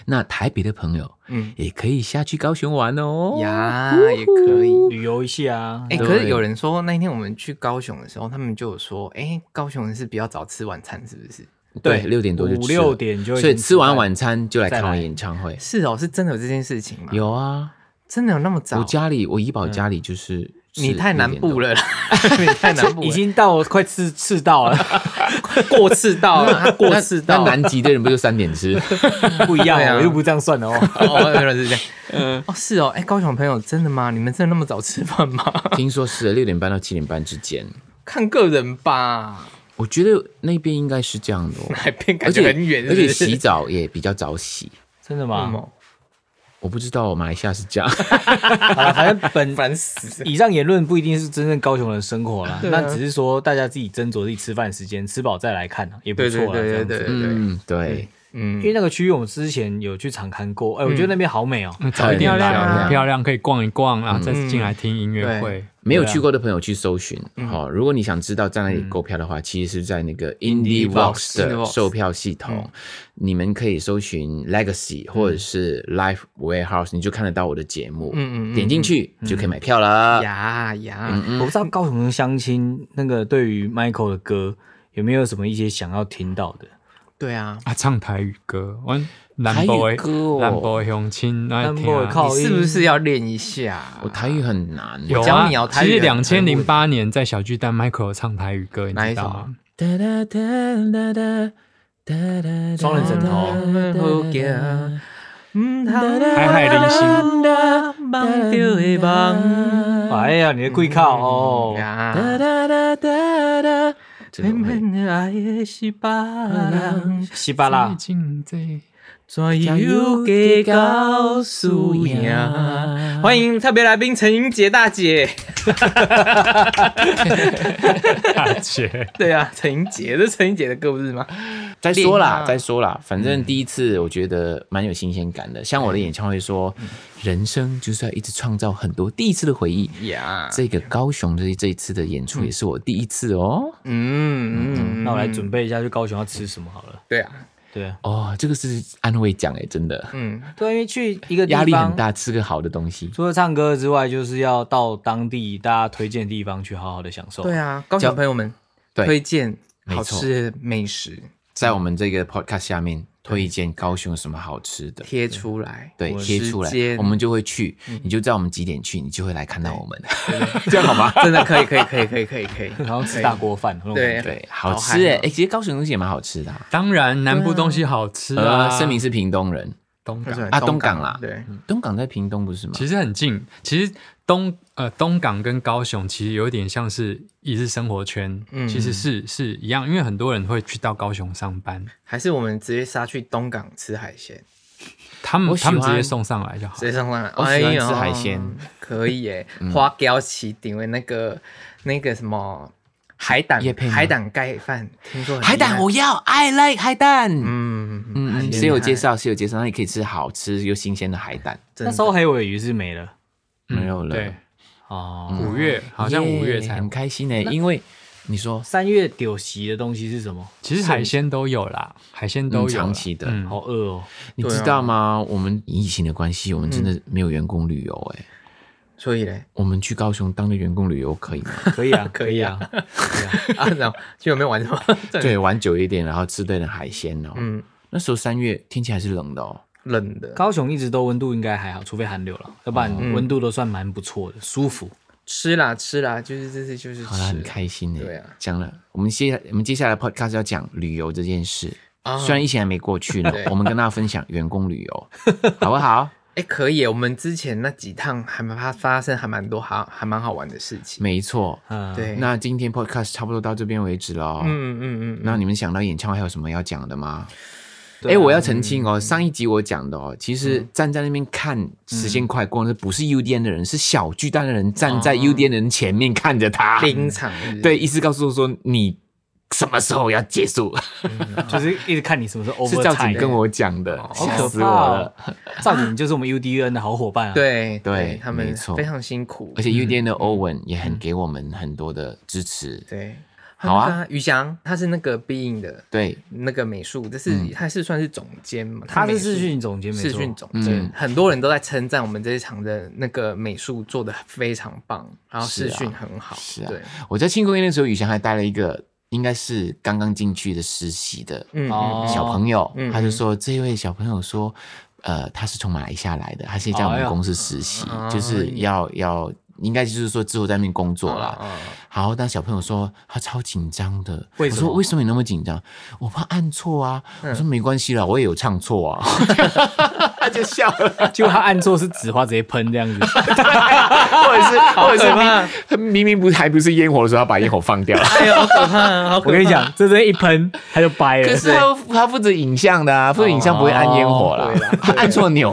Speaker 2: 那台北的朋友
Speaker 3: 嗯，
Speaker 2: 也可以下去高雄玩哦。
Speaker 3: 呀，也可以。
Speaker 1: 旅游一下啊
Speaker 3: 哎、，
Speaker 2: 对
Speaker 3: 可是有人说那一天我们去高雄的时候，他们就有说，哎、高雄人是比较早吃晚餐，是不是？
Speaker 2: 对，
Speaker 1: 对
Speaker 2: 六点多就吃了
Speaker 1: 五六点就已经
Speaker 2: 所以吃完
Speaker 1: 吃饭
Speaker 2: 晚餐就来
Speaker 1: 再
Speaker 2: 看完
Speaker 1: 来
Speaker 2: 演唱会。
Speaker 3: 是哦，是真的有这件事情吗？，
Speaker 2: 有啊，
Speaker 3: 真的有那么早
Speaker 2: 我？家里我怡宝家里就是、
Speaker 3: 嗯你太南部
Speaker 2: 了。
Speaker 3: 了啦，你太南 部了，
Speaker 1: 已经到快刺刺到了，
Speaker 3: 过赤道了，他过
Speaker 2: 那
Speaker 3: 赤
Speaker 2: 那
Speaker 3: 道。
Speaker 2: 南极的人不就三 点吃？
Speaker 1: 不一样
Speaker 3: 对啊
Speaker 1: 哦，我 又不这样算了哦。
Speaker 3: 哦，原来是这样。哦，是哦，哎、高雄朋友，真的吗？你们真的那么早吃饭吗？
Speaker 2: 听说是六点半到七点半之间。
Speaker 3: 看个人吧，
Speaker 2: 我觉得那边应该是这样 的、哦，
Speaker 3: 海边感
Speaker 2: 而
Speaker 3: 觉
Speaker 2: 且
Speaker 3: 很远，
Speaker 2: 而且
Speaker 3: 是嗯不是
Speaker 2: 洗澡也比较早洗。
Speaker 1: 真 的
Speaker 3: 为什
Speaker 1: 吗？
Speaker 3: 么
Speaker 2: 我不知道马来西亚是这样，
Speaker 1: 好了，反 正本
Speaker 3: 烦死了。
Speaker 1: 以上言论不一定是真正高雄人的生活啦，
Speaker 3: 对啊
Speaker 1: 那只是说大家自己斟酌自己吃饭时间，吃饱再来看啊也不
Speaker 3: 对
Speaker 1: 错
Speaker 3: 对
Speaker 1: 啦。
Speaker 3: 对对
Speaker 1: 这样子
Speaker 3: 对
Speaker 2: 嗯，对，
Speaker 3: 嗯
Speaker 1: 因为那个区域我们之前有去常看过，哎，我觉得那边好美哦。
Speaker 4: 嗯 早一点
Speaker 2: 漂亮啊
Speaker 4: 来很漂亮，可以逛一逛，然后再进来听音乐会。
Speaker 2: 没有去过的朋友去搜寻。
Speaker 3: 啊嗯
Speaker 2: 好、如果你想知道在哪里购票的话，其实是在那个 Indie Vox
Speaker 3: Indie 嗯
Speaker 2: 的
Speaker 3: Vox
Speaker 2: 售票系统，你们可以搜寻
Speaker 3: 嗯
Speaker 2: Legacy 或者是 Life Warehouse，你就看得到我的节目。
Speaker 3: 嗯嗯嗯嗯
Speaker 2: 点进去就可以买票了。
Speaker 3: 呀呀，
Speaker 1: 我不知道高雄的相亲那个对于 Michael 的歌有没有什么一些想要听到的？
Speaker 3: 对啊，
Speaker 4: 啊，唱台语歌，我南
Speaker 2: 台
Speaker 4: 部
Speaker 2: 语
Speaker 4: 的
Speaker 2: 歌哦
Speaker 4: 南部的乡亲爱
Speaker 1: 南
Speaker 4: 听
Speaker 1: 部的
Speaker 4: 啊。
Speaker 1: 靠
Speaker 3: 你是不是要练一下？啊
Speaker 2: 我台语很难，
Speaker 4: 有
Speaker 3: 教
Speaker 4: 啊
Speaker 3: 你哦，台语
Speaker 4: 其实
Speaker 3: 很
Speaker 4: 两千零
Speaker 3: 很
Speaker 4: 八年在小巨蛋，Michael 有唱台语歌，你
Speaker 3: 哪一
Speaker 4: 知
Speaker 3: 首
Speaker 4: 道
Speaker 3: 啊
Speaker 4: 吗？
Speaker 2: 哒哒哒哒哒哒哒
Speaker 1: 双人枕头
Speaker 3: 嗯，
Speaker 4: 海海零星，
Speaker 3: 梦着的梦，
Speaker 1: 哎呀，你的贵靠哦，
Speaker 3: 嗯呀，
Speaker 2: 真的会
Speaker 3: 的爱的是别人，
Speaker 1: 西巴拉
Speaker 4: 最。近这
Speaker 3: 怎样给告诉呀？欢迎特别来宾陈英杰大姐。
Speaker 4: 大姐
Speaker 3: 对啊，陈英杰，这是陈英杰的歌不是吗？
Speaker 2: 再
Speaker 3: 练
Speaker 2: 说啦
Speaker 3: 啊，
Speaker 2: 再说啦，反正第一次我觉得蛮有新鲜感的。像我的演唱会说，
Speaker 3: 嗯
Speaker 2: 人生就是要一直创造很多第一次的回忆。
Speaker 3: 呀，嗯
Speaker 2: 这个高雄这这一次的演出也是我第一次哦。
Speaker 3: 嗯嗯，
Speaker 1: 那我来准备一下去高雄要吃什么好了。
Speaker 3: 对啊，
Speaker 1: 对啊，
Speaker 2: 哦，这个是安慰奖哎，真的
Speaker 3: 嗯，
Speaker 1: 对啊，因为去一个地
Speaker 2: 压力很
Speaker 1: 方，
Speaker 2: 大，吃个好的东西。
Speaker 1: 除了唱歌之外，就是要到当地大家推荐的地方去好好的享受。
Speaker 3: 对啊，高雄朋友们
Speaker 2: 对
Speaker 3: 推荐
Speaker 2: 没
Speaker 3: 好
Speaker 2: 错
Speaker 3: 吃的美食
Speaker 2: 在我们这个 podcast 下面推荐高雄有什么好吃的，
Speaker 3: 贴出来，
Speaker 2: 对，
Speaker 3: 我
Speaker 2: 贴出来
Speaker 3: 时间，
Speaker 2: 我嗯们就会去，你就知道我们几点去，你就会来看到我们，这样好吗？
Speaker 3: 真的可以，可以，可以，可以，可以，可以。
Speaker 1: 然后吃大锅饭，那种感觉
Speaker 3: 对
Speaker 2: 对，好
Speaker 3: 好
Speaker 2: 吃哎、
Speaker 3: 嗨哦
Speaker 2: 欸其实高雄的东西也蛮好吃的、啊。
Speaker 4: 当然南部东西好吃啊，
Speaker 2: 呃，盛明是屏东人，
Speaker 4: 东
Speaker 3: 那
Speaker 4: 港
Speaker 3: 是很
Speaker 2: 啊
Speaker 3: 东
Speaker 2: 东港啦
Speaker 3: 对，
Speaker 2: 东港在屏东不是吗？
Speaker 4: 其实很近，其实东呃东港跟高雄其实有点像是一日生活圈，
Speaker 3: 嗯
Speaker 4: 其实是是一样，因为很多人会去到高雄上班，
Speaker 3: 还是我们直接杀去东港吃海鲜，
Speaker 4: 他们
Speaker 2: 我喜
Speaker 4: 他
Speaker 2: 欢
Speaker 4: 们直接送上来就好
Speaker 3: 直。接上来。
Speaker 2: 我哦喜欢
Speaker 3: 哎呦
Speaker 2: 吃海鲜，嗯
Speaker 3: 可以 耶，花雕起顶为那个那个什么海胆
Speaker 2: 叶配吗
Speaker 3: 海胆盖饭，听说很厉害
Speaker 2: 海胆我要，I like 海胆。嗯
Speaker 3: 嗯，
Speaker 2: 嗯，谁有介绍？谁有介绍？那你可以吃好吃又新鲜的海胆，
Speaker 3: 真
Speaker 1: 那
Speaker 3: 的
Speaker 1: 时候黑尾鱼是没了
Speaker 4: 嗯
Speaker 2: 没有了
Speaker 4: 对，
Speaker 1: 哦。
Speaker 2: 嗯
Speaker 4: 五月好像五月才
Speaker 2: 耶很开心呢、因为你说
Speaker 1: 三月酒席的东西是什么？
Speaker 4: 其实海鲜都有啦，海鲜都有
Speaker 2: 嗯
Speaker 4: 啦
Speaker 2: 长期的
Speaker 4: 嗯
Speaker 1: 好饿哦，
Speaker 3: 啊嗯
Speaker 2: 你知道吗？我们疫情的关系，我们真的没有员工旅游哎、
Speaker 3: 所以嘞，
Speaker 2: 我们去高雄当个员工旅游 可以 吗？
Speaker 1: 可以啊，可以啊，
Speaker 3: 啊，然后就有没有玩什么？
Speaker 2: 对，玩久一点，然后吃对了海鲜哦。
Speaker 3: 嗯，
Speaker 2: 那时候三月天气还是冷的哦。
Speaker 3: 冷的，
Speaker 1: 高雄一直都温度应该还好，除非寒流了，要不
Speaker 2: 嗯
Speaker 1: 然温度都算蛮不错的，舒服。
Speaker 3: 吃啦吃啦，就是这次就是
Speaker 2: 好啦，很
Speaker 3: 吃
Speaker 2: 开心呢。
Speaker 3: 对啊，
Speaker 2: 讲了，我们接我们接下来 podcast 要讲旅游这件事，
Speaker 3: 啊
Speaker 2: 虽然疫情还没过去呢
Speaker 3: 对，
Speaker 2: 我们跟大家分享员工旅 游，好不好？
Speaker 3: 哎、可以耶，我们之前那几趟还蛮发发生还蛮多还还蛮好玩的事情。
Speaker 2: 没错，
Speaker 1: 嗯，
Speaker 3: 对，
Speaker 2: 那今天 podcast 差不多到这边为止了。嗯，
Speaker 3: 嗯嗯嗯嗯，
Speaker 2: 那你们想到演唱会还有什么要讲的吗？
Speaker 1: 对
Speaker 2: 哎、
Speaker 1: 啊嗯
Speaker 2: 我要澄清哦，上一集我讲的哦，其实站在那边看时间快过，那、不是 UDN 的人，是小巨蛋的人站
Speaker 1: 哦
Speaker 2: 在 UDN 的人前面看着他，
Speaker 3: 临场是不是
Speaker 2: 对，意思告诉我说你什么时候要结束，
Speaker 1: 就是一直看你什么时候
Speaker 2: 啊
Speaker 1: over
Speaker 2: 是赵景
Speaker 1: time。
Speaker 2: 跟我讲的，
Speaker 1: 好
Speaker 2: 吓
Speaker 1: 可
Speaker 2: 死
Speaker 1: 怕
Speaker 2: 我
Speaker 1: 哦
Speaker 2: 了。！
Speaker 1: 赵景就是我们 UDN 的好伙伴啊。，
Speaker 3: 对
Speaker 2: 对
Speaker 3: 他
Speaker 2: 没
Speaker 3: 们
Speaker 2: 错
Speaker 3: 非常辛苦
Speaker 2: 而，且
Speaker 1: 嗯
Speaker 2: UDN 的欧文也很给我们很多的支持，
Speaker 3: 对。
Speaker 2: 好啊
Speaker 3: 还有那个，宇翔他是那个 Being 的
Speaker 2: 对，
Speaker 3: 那个美术，这是、
Speaker 2: 嗯
Speaker 3: 他是算是总监嘛？
Speaker 1: 他是
Speaker 3: 美术
Speaker 1: 视讯总监，没
Speaker 3: 视
Speaker 1: 错。
Speaker 3: 讯总
Speaker 2: 嗯
Speaker 3: 监，很多人都在称赞我们这一场的那个美术做的非常棒，然后视讯很好，
Speaker 2: 是啊
Speaker 3: 对，
Speaker 2: 我在庆功宴的时候，宇翔还带了一个应该是刚刚进去的实习的
Speaker 3: 嗯
Speaker 1: 哦
Speaker 2: 小朋友，
Speaker 3: 嗯
Speaker 2: 他就说这位小朋友说，呃，他是从马来西亚来的，他现在在我
Speaker 1: 哎
Speaker 2: 们
Speaker 1: 呦
Speaker 2: 公司实习，
Speaker 3: 哎
Speaker 2: 就是要要。应该就是说之后在那边工作啦。
Speaker 3: 嗯嗯
Speaker 2: 好，但小朋友说他超紧张的。我
Speaker 1: 为什么
Speaker 2: 说为什么你那么紧张？我怕按错啊。我说没关系啦，我也有唱错啊。 他就笑了。
Speaker 1: 结果他按错是纸花直接喷这样 子，
Speaker 2: 或者 是或者
Speaker 3: 可怕
Speaker 2: 是明明明不还不是烟火的时候，他把烟火放掉了。
Speaker 3: 哎呦，好可怕啊，好可怕！
Speaker 1: 我跟你 讲，这真一喷他就掰了
Speaker 2: 可。是他他负责影像的啊，负责影像不会按烟火啦
Speaker 3: 哦对啦，
Speaker 2: 他 按错钮。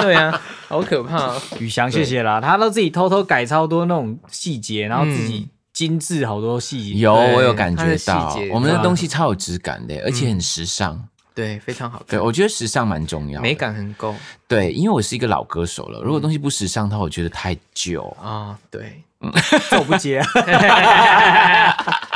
Speaker 3: 对啊，好可怕 啊，
Speaker 1: 宇翔，谢谢啦，他都自己偷偷改超多那种细节，然后
Speaker 2: 嗯
Speaker 1: 自己精致好多细节。
Speaker 2: 有，
Speaker 3: 对
Speaker 2: 我有感觉
Speaker 3: 它的
Speaker 2: 到
Speaker 3: 细节，
Speaker 2: 我们的嗯东西超有质感的，而且很时尚。
Speaker 3: 对，非常好
Speaker 2: 对，
Speaker 3: 看，
Speaker 2: 我觉得时尚蛮重要的。
Speaker 3: 美感很够
Speaker 2: 对，因为我是一个老歌手了，如果东西不时尚的话，我觉得太旧。
Speaker 3: 啊，对，
Speaker 1: 这我不接 啊。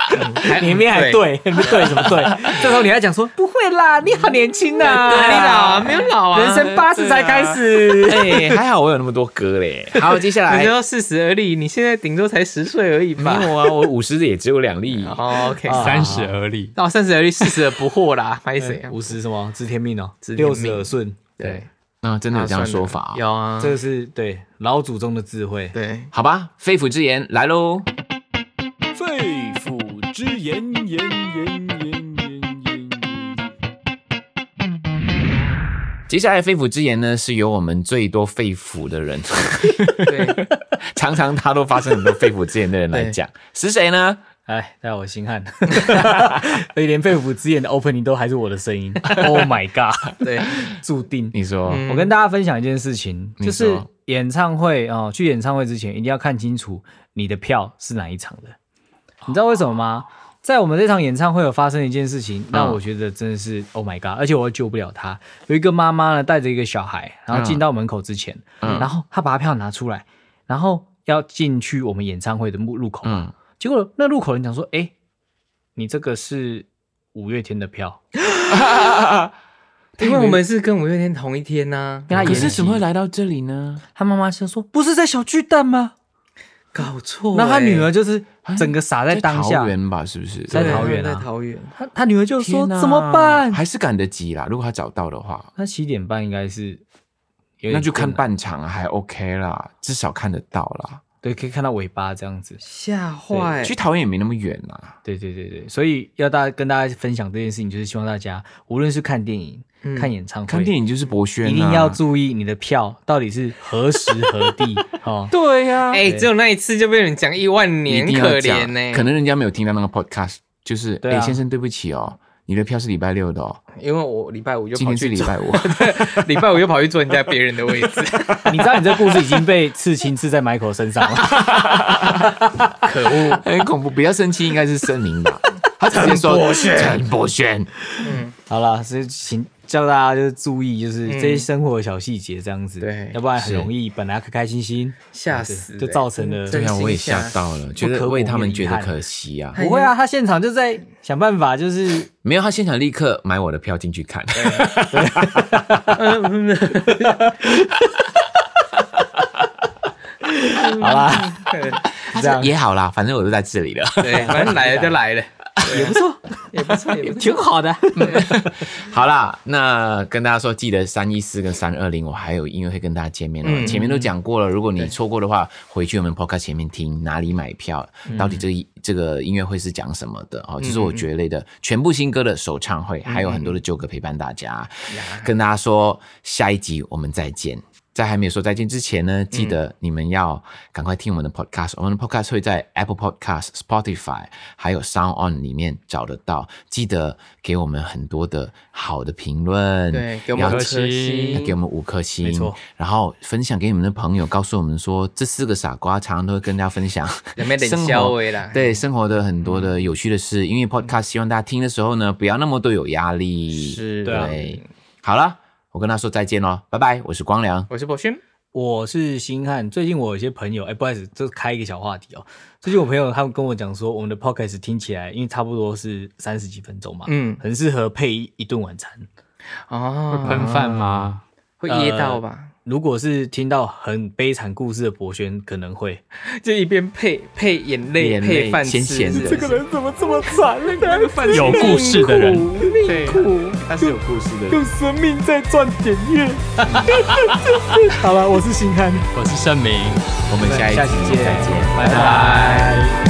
Speaker 1: 里面还对，你对什么 对？这时候你还讲说不会啦，你好年轻呐，
Speaker 3: 哪里老啊？没有老啊，
Speaker 1: 人生八十才开始。
Speaker 2: 哎，还好我有那么多歌嘞。好，接下
Speaker 3: 你
Speaker 2: 来
Speaker 3: 就要四十而立，你现在顶多才十岁而已
Speaker 2: 没
Speaker 3: 吧？
Speaker 2: 有啊，我五十也只有两 粒。
Speaker 3: 哦，OK，
Speaker 1: 啊
Speaker 4: 三十而立，
Speaker 3: 到三十而立，四十而不惑啦，还是怎样？
Speaker 1: 哎五十什么知天命哦，
Speaker 3: 知天
Speaker 1: 六
Speaker 3: 命
Speaker 1: 十耳顺，
Speaker 3: 嗯对，
Speaker 2: 那真的有这样的说法啊？
Speaker 3: 有啊，
Speaker 1: 这是对老祖宗的智慧。
Speaker 3: 对。
Speaker 2: 好吧，肺腑之言来喽。
Speaker 5: 肺腑之言，言言言言言言言。
Speaker 2: 接下来肺腑之言呢，是由我们最多肺腑的人，
Speaker 3: 对，
Speaker 2: 常常他都发生很多肺腑之言的人 来讲，是谁呢？
Speaker 1: 哎，大家好，我心汉， 而且连肺腑之言的 opening 都还是我的 声音。Oh my god，
Speaker 3: 对，
Speaker 1: 注定。
Speaker 2: 你说，
Speaker 1: 我跟大家分享一件事情，
Speaker 2: 嗯你
Speaker 1: 就是
Speaker 2: 说
Speaker 1: 演唱会哦，去演唱会之前一定要看清楚你的票是哪一场的。你知道为什么吗？在我们这场演唱会有发生一件事情，
Speaker 2: 嗯
Speaker 1: 让我觉得真的是 Oh my God，而且我救不了他。有一个妈妈呢带着一个小孩，然后进到门口之前，
Speaker 2: 嗯
Speaker 1: 然后她把票拿出来，然后要进去我们演唱会的入入口嘛。
Speaker 2: 嗯，
Speaker 1: 结果那路口人讲说：“哎、你这个是五月天的票，
Speaker 3: 因为我们是跟五月天同一天啊呐、
Speaker 1: 跟他
Speaker 2: 可
Speaker 1: 演
Speaker 2: 是
Speaker 1: 习。
Speaker 2: 怎么会来到这里呢？
Speaker 1: 他妈妈就说：“不是在小巨蛋吗
Speaker 3: 搞？”错、欸。
Speaker 1: 然后他女儿就是整个哎傻在当
Speaker 2: 桃
Speaker 1: 下，
Speaker 2: 园吧，是不是？
Speaker 1: 在
Speaker 3: 对
Speaker 1: 桃园
Speaker 3: 在
Speaker 1: 啊
Speaker 3: 桃园，
Speaker 1: 他他女儿就说
Speaker 2: 天：“哪
Speaker 1: 怎么办
Speaker 2: 还是赶得及啦，如果他找到的话，？”
Speaker 1: 他七点半应该是有
Speaker 2: 那
Speaker 1: 点困难，
Speaker 2: 就看半场啊还 OK 啦，至少看得到啦。
Speaker 1: 对，可以看到尾巴这样子。
Speaker 3: 吓坏。
Speaker 2: 去桃园也没那么远啊啦。
Speaker 1: 对对对对，所以要大家跟大家分享这件事情，就是希望大家无论是看电影、嗯看演唱会、
Speaker 2: 看电影就是博轩、啊，
Speaker 1: 一定要注意你的票到底是何时何地 哦。
Speaker 2: 对呀、
Speaker 3: 哎、只有那一次就被人讲一万
Speaker 2: 一
Speaker 3: 年，
Speaker 2: 定要
Speaker 3: 可
Speaker 2: 讲
Speaker 3: 怜呢、欸
Speaker 2: 可能人家没有听到那个 podcast，就是哎、
Speaker 1: 对啊
Speaker 2: 先生对不起哦，你的票是礼拜六的哦，
Speaker 3: 因为我礼拜五就
Speaker 2: 今
Speaker 3: 跑
Speaker 2: 天是
Speaker 3: 去
Speaker 2: 礼
Speaker 3: 坐，
Speaker 2: 拜五。
Speaker 3: 礼拜五又跑去坐人家别人的位置，
Speaker 1: 你知道你这故事已经被刺青刺在 Michael 身上 了。
Speaker 3: 可 恶！
Speaker 2: 很恐怖，比较生气应该是声明吧。他直接说陈柏轩，
Speaker 1: 好了，所以请叫大家就是注意，就是这些生活小细节这样子，
Speaker 3: 对
Speaker 1: 要不然很
Speaker 2: 是
Speaker 1: 容易本来开开心心，
Speaker 3: 吓
Speaker 1: 对
Speaker 3: 死、欸，
Speaker 1: 就造成了
Speaker 3: 真
Speaker 2: 对
Speaker 3: 的
Speaker 2: 啊，
Speaker 3: 心
Speaker 2: 我也
Speaker 3: 吓
Speaker 2: 吓到了，觉
Speaker 1: 可
Speaker 2: 得为
Speaker 1: 磨
Speaker 2: 他们
Speaker 1: 灭的
Speaker 2: 觉
Speaker 1: 遗
Speaker 2: 得
Speaker 1: 憾
Speaker 2: 可惜啊。
Speaker 1: 不会啊，他现场就在想办法，就是
Speaker 2: 没有，他现场立刻买我的票进去看。
Speaker 1: 好啦，这样
Speaker 2: 啊也好啦，反正我都在这里了。
Speaker 3: 对，反正来了就来了，
Speaker 1: 也不错，也不 错，也不错 挺好的。
Speaker 2: 好啦，那跟大家说，记得三一四跟三二零，我还有音乐会跟大家见面哦。
Speaker 3: 嗯
Speaker 2: 前面都讲过了，如果你错过的话，回去我们 podcast 前面听哪里买票，到底这个这个音乐会是讲什么的哦，就是我觉得的全部新歌的首唱会，还有很多的旧歌陪伴大家。跟大家说，下一集我们再见。在还没有说再见之前
Speaker 3: 嗯
Speaker 2: 呢，记得你们要赶快听我们的 podcast、我们的 podcast 会在 Apple Podcast、Spotify 还有 Sound On 里面找得到。记得给我们很多的好的评论，
Speaker 3: 对，给我们
Speaker 2: 然后
Speaker 3: 五颗
Speaker 4: 五颗
Speaker 3: 星
Speaker 4: 星，
Speaker 2: 给我们五颗星，
Speaker 4: 没错
Speaker 2: 然后分享给你们的朋友，告诉我们说这四个傻瓜常常都会跟大家分 享
Speaker 3: 有没有点
Speaker 2: 生
Speaker 3: 消
Speaker 2: 活
Speaker 3: 微啦？
Speaker 2: 对生活的很多的有趣的
Speaker 3: 嗯
Speaker 2: 事。因为 podcast 希望大家听的时候呢，不要那么多有压力。
Speaker 3: 是
Speaker 4: 对啊
Speaker 2: 对，好了，我跟他说再见喽，拜拜，我是光良。
Speaker 3: 我是博轩，
Speaker 1: 我是星汉，最近我有些朋友，哎、不好意思，这开一个小话题哦。最近我朋友他们跟我讲说，我们的 podcast 听起来，因为差不多是三十几分钟嘛，
Speaker 3: 嗯
Speaker 1: 很适合配一一顿晚餐。
Speaker 3: 哦，
Speaker 4: 喷饭吗？
Speaker 3: 会噎到吧？
Speaker 1: 如果是听到很悲惨故事的博轩，可能 会
Speaker 3: 就一边配配眼泪，
Speaker 2: 眼泪
Speaker 3: 配饭吃，
Speaker 2: 咸咸的
Speaker 3: 这个人怎么这么惨？那个饭
Speaker 4: 有故事的人
Speaker 3: 命苦，
Speaker 2: 他是有故事的
Speaker 3: 用生命在赚点乐。
Speaker 1: 好吧，我是星汉，
Speaker 4: 我是盛明。
Speaker 2: 我们下一
Speaker 1: 下期
Speaker 2: 集
Speaker 1: 见
Speaker 2: 再见。
Speaker 1: 拜拜